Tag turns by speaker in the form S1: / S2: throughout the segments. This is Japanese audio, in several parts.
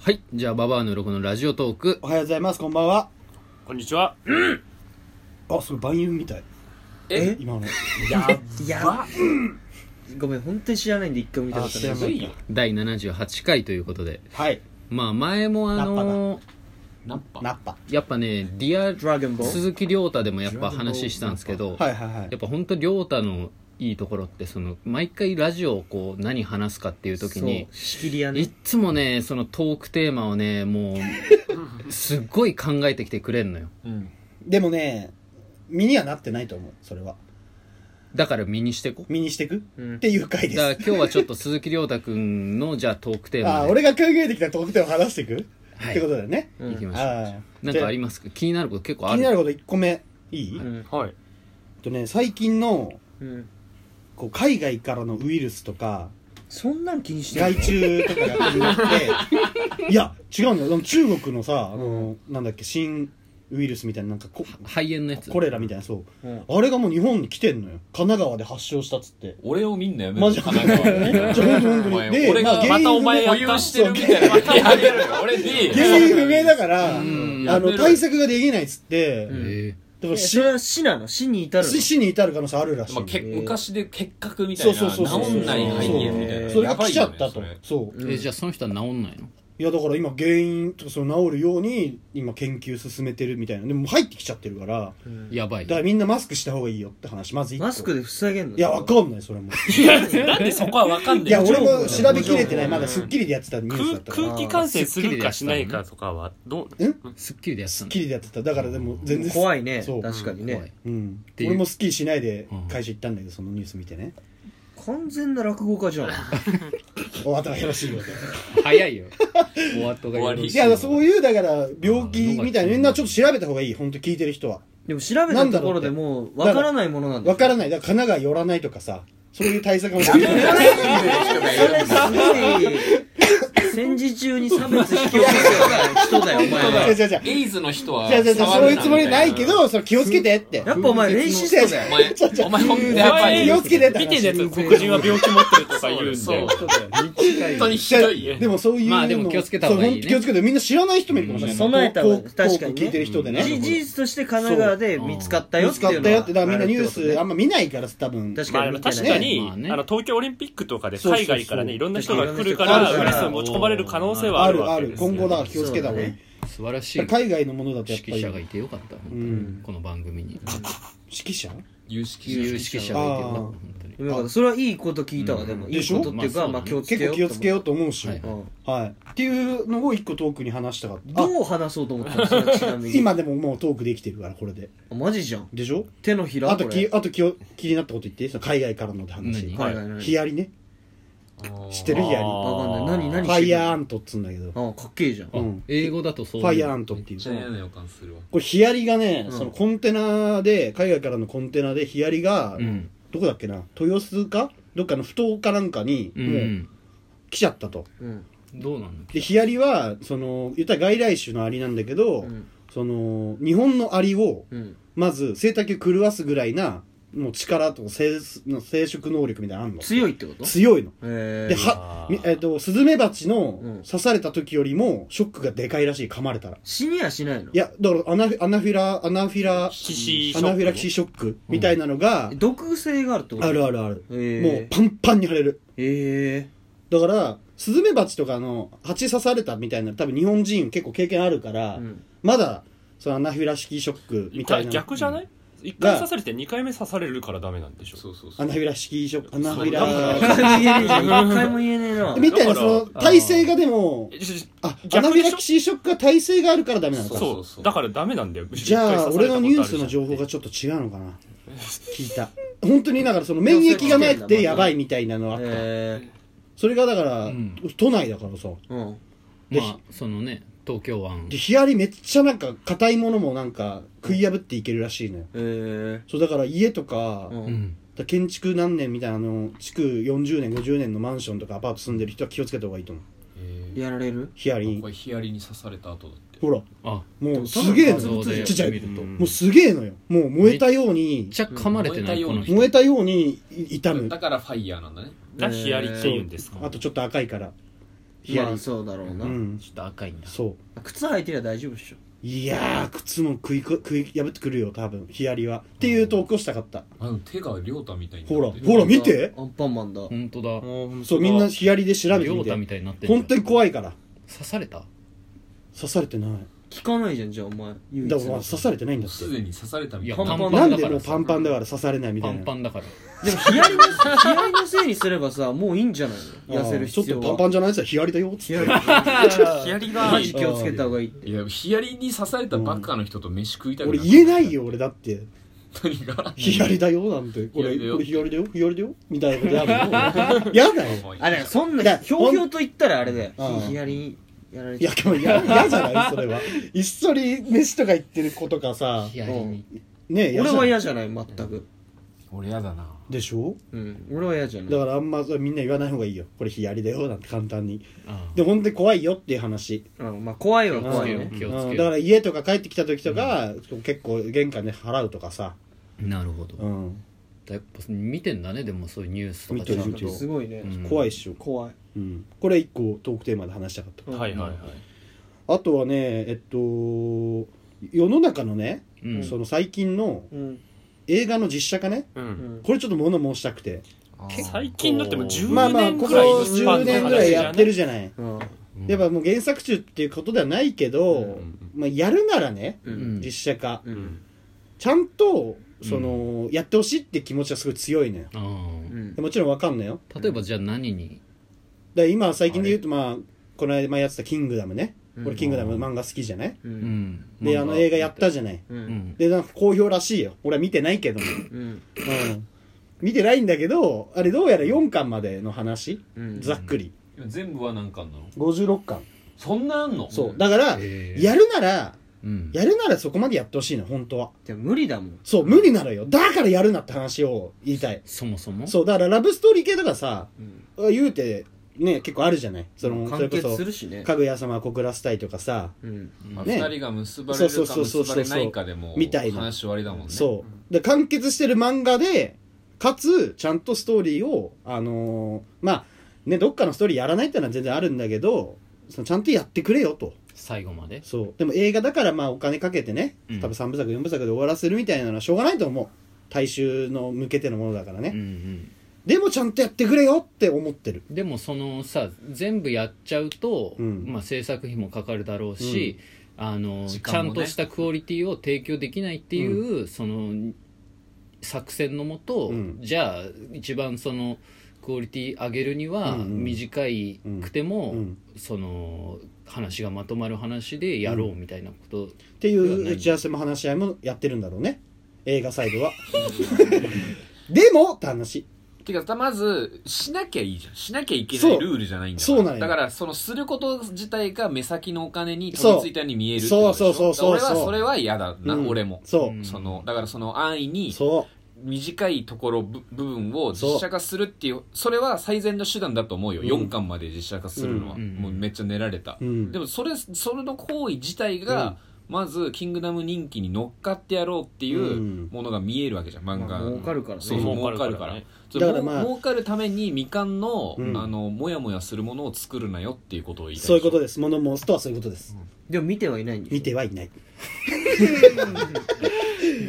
S1: はい。じゃあ、ババアの鱗のラジオトーク。
S2: おはようございますこんばんは
S3: こんにちは。
S2: あすごい万有みたい
S1: え
S2: 今の
S3: や
S4: や
S3: ば。
S4: ごめん本当に知らないんで一回も見たこと
S2: あ知ら
S4: な
S2: ないい
S1: 第78回ということで。
S2: はい
S1: まあ、前もあのー
S3: ナッパ。
S2: ナッパ
S1: やっぱね、ディア
S4: ドラゴンボール
S1: 鈴木亮太でもやっぱ話したんですけど、
S2: はいはいはい
S1: やっぱ本当亮太のいいところって、その、毎回ラジオをこう、何話すかっていう時に
S4: そう、仕切り屋
S1: いっ
S4: ね
S1: つもね、そのトークテーマをね、も う、すっごい考えてきてくれんのよ。
S3: うん。
S2: でもね身にはなってないと思うそれは
S1: だから身にしてこ。
S2: 身にしてく、
S4: うん
S2: っていう回で
S1: だから
S2: す
S1: 今日はちょっと鈴木亮太くんの、じゃあトークテーマ
S2: あ
S1: で
S2: ー俺が考えてきた特典を話してく、
S1: はい
S2: ってことだよね
S1: 行きましょう。
S2: あー
S1: なんかありますか気になること結構
S2: じゃあ
S1: あ
S2: 気
S1: る
S2: になること1個目いい、
S4: う
S2: えっ
S4: ん
S3: はい。
S2: とね最近の
S4: うん
S2: こう海外からのウイルスとか
S4: そんなん気にして
S2: 害虫とかが気になって いや違うんだよでも中国のさあの、なんだっけ新ウイルスみたいななんかこ
S1: 肺炎のやつ
S2: コレラみたいなそう
S4: うん
S2: あれがもう日本に来てんのよ神奈川で発症したっつって
S3: 俺を見んなよ。
S2: マジ
S3: 神奈川
S2: じゃあ本当本当に
S3: お前
S2: で
S3: 俺
S2: まあ
S3: が
S2: 原
S3: ま
S2: 因
S3: たお前や
S2: 不
S3: っ
S2: 明
S3: たしてるみたいな。手あげるよ。俺に。
S2: 原因不明だからあ
S1: ん
S2: の対策ができないっつって
S4: うん
S1: え
S2: でも
S4: え
S2: 死
S4: それは死なの死に至るの
S2: 死に至る可能性あるらしい
S3: まあ、け
S4: えー
S3: 昔で結核みたいな
S2: そうそうそうそう
S3: 治んない肺炎みたいな
S2: それ
S3: や
S2: が
S3: ば
S2: 来
S3: い
S2: ちゃ
S3: よ
S2: っ
S3: ね
S2: たとそう
S1: えじゃあその人は治んないの
S2: いやだから今原因とかその治るように今研究進めてるみたいなでも入ってきちゃってるから
S4: うん
S1: やば
S2: だ
S1: い
S2: からみんなマスクした方がいいよって話まず一個
S4: マスクで塞げんの
S2: いやわかんないそれも
S3: それなんでそこはわかん
S2: い
S3: ない
S2: や
S3: よ
S2: 俺も調べきれてない
S4: うん
S2: まだ『スッキリ』でやってたニュースだ
S3: 空
S2: ったから
S3: 空気感染するかしないかとかはどう
S1: スッキリでやっ
S2: 『
S1: て
S2: ス
S1: た
S2: ッ
S1: の
S2: キリ』でやってただからでも全然
S4: 怖いね
S2: そう
S4: 確かに
S1: 怖
S4: ね
S1: い
S2: うん
S1: ていう
S2: 俺もスッキリしないで会社行ったんだけどそのニュース見てね
S4: 完全な落語家じゃん
S2: お後がよろしいようで
S1: 早いよ終わっとが
S3: 終わり
S2: いや、そういう、だから、病気みたいな、みんなちょっと調べた方がいい。本当聞いてる人は。
S4: でも調べたところでもうわからないものなんだ
S2: わ
S4: よ
S2: からない。だから、神奈川寄らないとかさ、そういう対策もしてる。
S4: それすごい戦時中に差別引き起こすような人だよお前
S2: 違う
S4: は
S2: 違う違う。
S3: エイズの人は
S2: 違う違う違う、
S3: 触
S2: そう
S3: る
S2: いう
S3: な
S2: つもりないけど、それ気をつけてって。
S4: やっぱお前レイシストだよ
S3: お前お前ほんとやばい
S2: 気をつけてって
S3: 見て
S2: 話。
S3: るやつ黒人は病気持ってるとか言うんで
S1: そう
S3: 本
S1: 本
S3: 当にひどいよ
S2: でもそういうの。
S1: まあでも気をつけた方がいいね
S2: そうほんと気をつけて、みんな知らない人もいるかもしれない。
S4: うん備えた方が
S2: こう
S4: 確かにね
S2: こう聞いてる人でね。
S4: じ事実として神奈川で見つかったよ
S2: 見
S4: っ
S2: つ
S4: て
S2: か
S4: いう
S2: った
S4: の
S2: よ
S4: は
S2: って、だからみんなニュースあんま見ないから、多分。
S4: 確
S3: ま
S4: か
S3: あ、
S4: に見てない
S3: 確かに、
S1: まあね
S3: あの東京オリンピックとかで
S2: そうそうそう
S3: 海外からねいろんな人が来るか
S2: 確
S3: ら
S2: かに
S3: ウイルスを持ち込まれる可能性は
S2: あ
S3: ある
S2: る
S3: わ
S2: あ
S3: け
S2: る。
S3: ですよ
S2: 今後だから気をつけた方がいい。
S1: 素晴らしい
S2: だから海外のものだとやっぱ
S1: 指揮
S2: り。
S1: 者がいてよかった本当に
S2: うん
S1: この番組に
S2: 指揮者
S3: 有識
S1: 有識者がいてよかった本当に
S4: よかったそれはいいこと聞いたわ、
S1: うん
S4: でもい
S2: で
S4: い
S2: しょ
S4: ことっていうか、
S1: ま
S4: ま
S1: あそ
S4: あ、気
S1: う
S4: を
S1: だ
S4: つ
S2: 結
S4: けよ
S2: 構
S4: う
S2: 気をつけようと思うし。
S1: はい
S4: うん
S2: はい。っていうのを一個トークに話したかった。
S4: どう話そうと思ったのそれはちなみに
S2: 今でももうトークできてるから、これで。
S4: あマジじゃん
S2: でしょ
S4: 手のひら
S2: あと
S4: こ
S2: き
S4: れ、
S2: あと気を気になったこと言って、その海外からの話
S1: 何。
S4: はいはいはい
S2: ヒアリね。知ってるヒアリ。
S3: あ
S2: フ
S4: わかんない何何
S2: ァイヤーアントっつうんだけど。フ
S4: あかっけえじゃん、
S1: あ
S2: うん
S1: 英語だとそう
S2: ァイヤーアントっていう。
S3: な予感するわ
S2: これヒアリがね、
S4: うん
S2: そのコンテナで、海外からのコンテナでヒアリが、
S1: うん
S2: どこだっけな、豊洲かどっかの不当かなんかに、
S1: う
S2: もうん来ちゃったと。
S4: うん
S1: どうなんだ
S2: で、ヒアリは、その、言ったら外来種のアリなんだけど、
S4: うん
S2: その、日本のアリを、
S4: うん
S2: まず生態系狂わすぐらいなもう力と生の生殖能力みたいなのあんの
S4: 強いってこと
S2: 強いの
S4: え
S2: で
S4: ー、
S2: は
S3: あー
S2: みえっとスズメバチ
S4: う
S2: の
S4: ん
S2: 刺された時よりもショックがでかいらしい噛まれたら
S4: 死にはしないの
S2: いやだからアナフィアナフィラアナフィラ
S3: キシ
S2: アナフィラキシーショックみたいなのが、
S4: 毒性があるってこと
S2: あるあるある、
S4: え
S2: も
S4: ー、
S2: うパンパンに腫れる
S4: え
S2: だからスズメバチとかの蜂刺されたみたいな多分日本人結構経験あるから、
S4: ーうん、
S2: まだそのアナフィラ式ショックみたいな
S3: 逆じゃない一回刺されて二回目刺されるからダメなんでしょそうそう
S2: アナフィラ式ショックアナフ
S3: そう
S2: ィラ
S3: だから
S4: 一回も言えねえじゃん
S2: み
S4: 一回も言えねえな
S2: たいなそ
S3: だから
S2: の体勢がでもあアナフ
S3: 逆
S2: ィ
S3: でしょ
S2: ラキシーショックは体勢があるからダメなのか
S3: そうだからダメなんだよ
S2: じゃあ俺のニュースの情報がちょっと違うのかな聞いた本当にだからその免疫がなくてやばいみたいなのは
S4: え
S2: それがだから、
S1: うん
S2: 都内だからさ
S4: ー、うん
S1: まあそのね東京湾
S2: でヒアリめっちゃなんか硬いものもなんか食い破っていけるらしいのよ
S4: えー、
S2: そうだから家とか,、
S4: う
S2: だか
S4: ん、
S1: うん
S2: ら建築何年みたいなあの築40年50年のマンションとかアパート住んでる人は気をつけた方がいいと思う
S4: やられる
S2: ヒアリに
S3: れヒアリに刺された後だって
S2: ほら
S1: あ
S2: もうすげえの
S1: でも
S2: よ
S1: 多分画像で
S2: ちっちゃい
S1: 見ると
S2: もうすげえのよもう燃えたように
S1: めっちゃ噛まれてないこの人
S2: 燃えたように痛む
S5: だからファイヤーなんだね
S3: なヒアリって言うんですか
S2: あとちょっと赤いからヒアリ
S4: まあそうだろうな、
S2: うん
S1: ちょっと赤いんだ
S2: そう
S4: 靴履いてりゃ大丈夫っしょ
S2: いやー靴も食いこ食い破ってくるよ多分ヒアリはっていうトークをしたかった
S5: あの手が亮太みたいに
S2: ほ
S5: な
S2: ら
S5: ってる
S2: ほら見て
S4: アンパンマンだ
S1: 本当だ
S2: そうみんなヒアリで調べて
S1: 亮
S2: み
S1: 太み
S2: て
S1: たいになってる
S2: 本当に怖いから
S1: 刺された
S2: 刺されてない
S4: 聞かないじゃんじゃあお前唯一
S2: だから刺されてないんだっ
S5: すで
S2: て
S5: に刺されたみ
S1: いや
S5: たいな
S1: 短パン
S2: な
S1: だ
S2: ん
S1: か
S2: でも
S1: ら
S2: うパンパンだから刺されないみた
S1: パ
S2: い
S1: ン
S2: な
S1: パンだから
S4: でもヒアリのヒアリのせいにすればさもういいんじゃないの痩せる必
S2: あー
S4: 要は
S2: ちょっとパンパンじゃないやつはヒアリだよっつ
S4: ヒ
S2: っ
S4: ア
S2: て
S4: リ
S3: ヒアリが
S4: マジ気をつけた方がいいって
S5: いやヒアリに刺されたばっかの人と飯食いたく
S2: 俺
S5: っ
S2: 言えないよ俺だって
S5: 何が
S2: ヒアリだよなんてこれ
S5: ヒアリだよ
S2: これヒアリだよヒアリだよみたいなことやるのやだよ
S4: あれそん
S2: い
S4: な
S2: や
S4: ひょうひょうと言ったらあれだよ
S2: うん
S4: ヒアリにやられ
S2: い
S4: ち
S2: や
S4: ゃう
S2: でもや嫌じゃないそれは一緒に飯とか行ってる子とかさ
S1: ヒアリに
S2: ねえ
S4: 俺は
S2: じゃ
S4: 嫌じゃない全く
S5: 俺やだな
S2: ないでしょ
S4: うん俺は嫌じゃない
S2: だからあんまそれみんな言わない方がいいよこれヒアリだよなんて簡単に
S1: あ
S2: で本当に怖いよっていう話
S4: うんまあ怖いは
S1: あ
S4: 怖いよ
S1: うん
S4: ね
S1: 気をつ
S2: うん
S1: け
S2: だか
S1: よ
S2: ら家とか帰ってきた時とか、結構玄関で払うとかさ、
S1: うなるほど
S2: うん、
S1: やっぱ見てんだねでもそういうニュースとか
S2: 見て
S1: ち
S2: る
S1: ゃん
S2: 見てる
S1: と
S4: すごいね
S1: うん
S2: 怖いっしょ、
S4: 怖い
S2: うん、これ一個トークテーマで話したかった
S4: うん
S3: はいはいはい
S2: あとはねえっと世の中のね、
S1: うん
S2: その最近の
S4: うん
S2: 映画の実写化ね
S3: う
S4: うんん
S2: これちょっと物申したくて
S3: 最近だってもう10
S2: まあまあ
S3: 年
S2: ここ
S3: ぐらいのスパ
S2: 10
S3: ンの話じ
S2: 年
S3: ゃな
S2: ぐらいやってるじゃない
S4: うん
S2: やっぱもう原作中っていうことではないけど、
S4: うん
S2: まあ、やるならね、
S4: う
S1: うん
S4: ん
S2: 実写化、
S4: う
S3: うんん
S2: ちゃんとその、やってほしいって気持ちはすごい強いのよ
S1: あー
S4: うん
S2: でもちろんわかんないよ
S1: 例えばじゃあ何に
S2: だから今最近で言うとまあこの間前やってた「キングダムね」
S4: うん
S2: 俺「キングダム」漫画好きじゃない、
S4: う
S1: うんん
S2: であの映画やったじゃないう
S1: うんん
S2: でなんか好評らしいよ俺は見てないけども、
S4: うん
S2: うん、見てないんだけどあれどうやら4巻までの話、
S4: うん
S2: ざっくり
S5: 全部は何巻なの
S2: 56巻
S5: そんなあんの
S2: そうだから、
S1: へー
S2: やるなら
S1: うん
S2: やるならそこまでやってほしいの本当は
S4: でも無理だもん
S2: そう無理なのよだからやるなって話を言いたい
S1: そもそも
S2: そうだからラブストーリー系とかさ
S4: うん
S2: 言うてね結構あるじゃないそのそれ
S4: 完
S2: こ
S4: 結
S2: そ
S4: するしね
S2: かぐや様を告らせたいとかさ、
S4: うん
S1: うん
S5: まあ
S2: ね
S5: 二人が結ばれ
S2: そ
S5: る
S2: う
S5: か
S2: そうそう
S5: 結
S2: そう
S5: ばれないかでも
S2: みたいな
S5: 話終わりだもんね
S2: そうで完結してる漫画でかつちゃんとストーリーをあのーまあねどっかのストーリーやらないってのは全然あるんだけどそのちゃんとやってくれよと
S1: 最後まで
S2: そうでも映画だからまあお金かけてね
S1: うん
S2: 多分3部作4部作で終わらせるみたいなのはしょうがないと思う大衆の向けてのものだからね、
S1: うん
S2: でもちゃんとやってくれよって思ってる
S1: うんでもそのさ全部やっちゃうと、
S2: うん
S1: まあ、制作費もかかるだろうし、あの
S5: 時
S1: ちゃ
S5: 間も
S1: ん
S5: ね
S1: としたクオリティを提供できないっていう、その作戦のもと、
S2: うん
S1: じゃあ一番そのクオリティ上げるには
S2: うんうん
S1: 短いくても、
S2: うん
S1: その話がまとまる話でやろうみたいなこと、
S2: っていう打ち合わせも話し合いもやってるんだろうね映画サイド はでもって話
S5: てかまずしなきゃいいじゃんしなきゃいけないルールじゃないんだから
S2: そうそうなんよ
S5: だからそのすること自体が目先のお金に飛びついたように見えるってことでし
S2: そう
S5: ょ
S2: そうそうそう
S5: だから俺はそれは嫌だな、
S2: うん
S5: 俺も
S2: そう、
S1: うん
S5: そのだからその安易に
S2: そ
S5: 短いところぶ部分を実写化するっていうそれは最善の手段だと思うよ、
S2: うん
S5: 4巻まで実写化するのは、
S1: うんうん
S5: もうめっちゃ練られた、
S2: う、うん、
S5: でもそれそれの行為自体が、まず「キングダム」人気に乗っかってやろうっていううんものが見えるわけじゃん漫
S4: ま
S5: 画
S4: あ儲かるからね
S5: そうそう儲かるから
S3: ね
S5: そ
S2: だ
S5: れ
S2: からまあ
S5: 儲かるために未完の,、
S2: うん
S5: あのモヤモヤするものを作るなよっていうことを言いたい
S2: そういうこと
S5: で
S2: です物申すとはそういうことです、
S4: でも見てはいないんでしょ
S2: 見てはいないっ
S5: す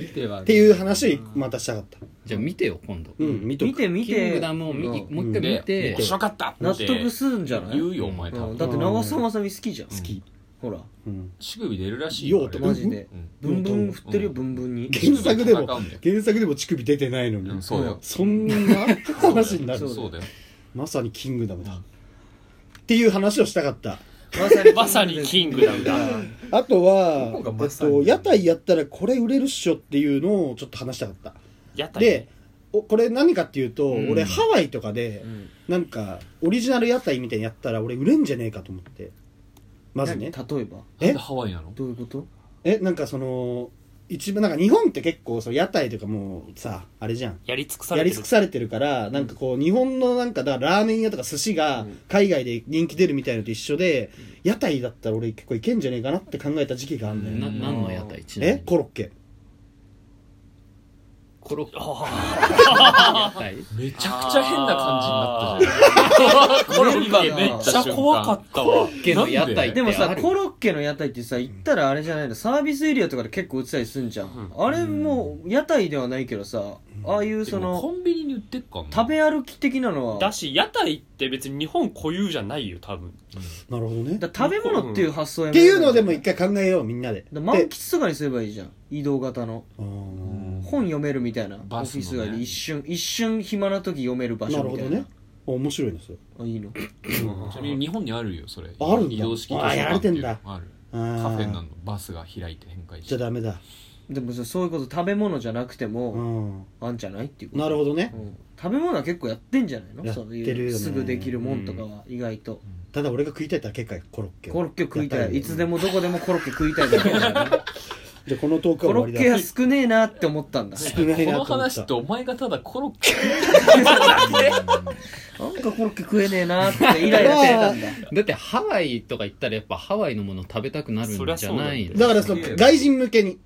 S5: って
S2: いう話をまたしたかった
S1: じゃあ見てよ今度、
S2: うん見と
S4: 見
S2: く
S4: て見
S1: キン
S4: て
S1: グダムを見
S4: うん
S1: もう一回見
S5: で
S1: て
S5: 面白かったって
S4: 納得するんじゃない
S5: 言うよお前多分、
S4: うんだって長澤まさみ好きじゃん好
S2: き
S4: ほら
S2: うん
S5: 乳首出るらしい
S2: ようと
S5: あれ
S4: マジで
S5: うん
S4: ブンブン振ってるよブンブンに
S2: 原作でも
S5: 戦うんだよ
S2: 原作でも乳首出てないのに、
S5: うんそうだよ
S2: そんな話になる
S5: そうだよ
S2: まさにキングダムだっていう話をしたかった
S4: まさに
S3: まさにキングダムだ
S2: あとは
S5: こが、
S2: え
S5: ま
S2: っ
S5: さに
S2: と、屋台やったらこれ売れるっしょっていうのをちょっと話したかった
S3: 屋台
S2: でおこれ何かっていうと、
S1: うん
S2: 俺ハワイとかで、
S4: ん
S2: なんかオリジナル屋台みたいにやったら俺売れんじゃねえかと思ってまず
S4: 何
S2: ね
S4: 例えば
S5: な
S2: え
S5: んでハワイなの
S4: どういうこと
S2: えなんかその一番なんか日本って結構その屋台とかもうさあれじゃん
S3: やり尽くさ
S2: や
S3: れて
S2: り
S3: る
S2: 尽くされてるから、なんかこう日本のなんかだからラーメン屋とか寿司が海外で人気出るみたいのと一緒で、屋台だったら俺結構いけんじゃねえかなって考えた時期があるんだよ、
S1: な
S2: ね
S1: 何の屋台ちなみ
S2: え
S1: に
S2: コロッケ
S1: コロッケ はい
S5: めちゃくちゃ変な感じになった
S3: ったじゃんコロッケ
S4: コロッケ
S3: めっちゃ怖かったわ
S1: ッケの屋台
S4: でも
S1: あ
S4: さ
S1: る
S4: コロッケの屋台ってさ行ったらあれじゃないのサービスエリアとかで結構売ってたりすんじゃん、あれもう屋台ではないけどさああいう
S5: じゃ
S4: そ
S5: んでもコ
S4: の
S5: ンビニに売ってっかも
S4: 食べ歩き的なのは
S3: だし屋台って別に日本固有じゃないよ多分
S2: なるほどね
S4: だから食べ物っていう発想や
S2: っ
S4: って
S2: いうのをでも一回考えようみんなで
S4: だから満
S2: で
S4: 喫とかにすればいいじゃん移動型の
S2: あー
S4: 本読めるみたいな、オフ
S5: バスの
S4: ィ
S5: ね
S4: ス街で一瞬一瞬暇な時読める場
S2: な
S4: 所
S2: るほ
S4: みた
S2: ど
S4: いな
S2: ね面白いですよ
S4: あいいの
S5: ちなみに日本にあるよそれ
S2: あるんだ
S5: 移動式図書
S2: あ
S5: 館
S2: やられてんだ
S5: っていうのある
S2: カ
S5: カフェなのバスが開いて変換し
S2: じゃ
S5: て
S2: ダメだ
S4: でもさそういうこと食べ物じゃなくて
S2: う
S4: も、
S2: ん
S4: あんじゃないっていうこと
S2: なるほどね
S4: うん食べ物は結構やってんじゃないの
S2: やって
S4: そう
S2: るよね
S4: いうすぐできるもんとかは意外と、
S2: ただ俺が食いたいって結果コロッケを
S4: コロッケ食いた
S2: やっ
S4: いいつで
S2: も
S4: もどこでもコロッケ食 いたいだけだよね
S2: じゃあこのトーク
S4: コ
S2: は終
S4: ロ
S2: わり
S4: ッ
S2: だ
S4: ケは少ねえなって思ったんだ
S2: 少ない
S5: こ
S2: なと思
S5: の
S2: っ
S5: 話
S2: た
S5: ってお前がただコロッ ケ
S4: なんかコロッケ食えねえなってイライラしてたんだ
S1: だってハワイとか行ったらやっぱハワイのもの食べたくなるんじゃないの
S2: だからその外人向けに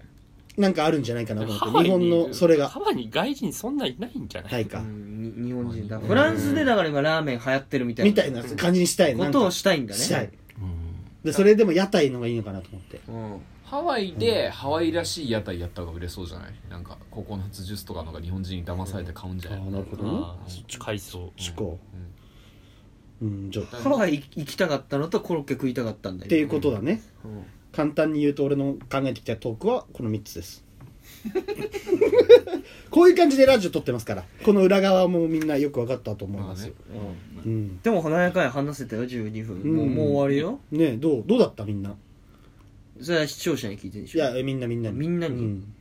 S2: なんかあるんじゃないかなと
S3: ハ
S2: 思っ
S3: ワ
S2: て日
S3: イに
S2: 本のそれが
S3: ハワイに外人そんないないんじゃない
S2: ない
S4: うん
S2: か
S4: に日本人だフランスでだから今ラーメン流行ってるみたいな
S2: みたいな感じにしたいな
S4: こ
S2: ん
S4: とを
S2: か
S4: したいんだね
S2: したい
S1: うん
S2: でそれでも屋台のがいいのかなと思って
S4: うん
S5: ハワイでハワイらしい屋台やった方が売れそうじゃないなんかココナッツジュースとかのが日本人に騙されて買うんじゃない
S2: なるほ
S3: あーそっち海藻
S2: 思考うんじゃあ
S4: ハワイ行きたかったのとコロッケ食いたかったんだ
S2: っ
S4: よ
S2: ていうことだね
S4: うん
S2: 簡単に言うと俺の考えてきたトークはこの3つです こういう感じでラジオ撮ってますからこの裏側もみんなよく分かったと思いますよ、うん
S4: でも華やかに話せたよ12分、もう
S2: うん
S4: もう終わるよ
S2: ねえどうどうだったみんな
S4: それは視聴者に聞いてるんで
S2: い
S4: しょ
S2: やみんなみんな
S4: みんなに
S2: うん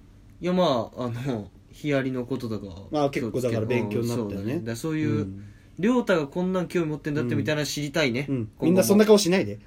S4: いやまああのヒアリのこととか
S2: まあ結構だから勉強になったよね
S4: そうだだからそういうう、
S2: ん
S4: 亮太がこんなん興味持ってんだってみたいなの知りたいね、
S2: うん
S4: 今後も
S2: みんなそんな顔しないで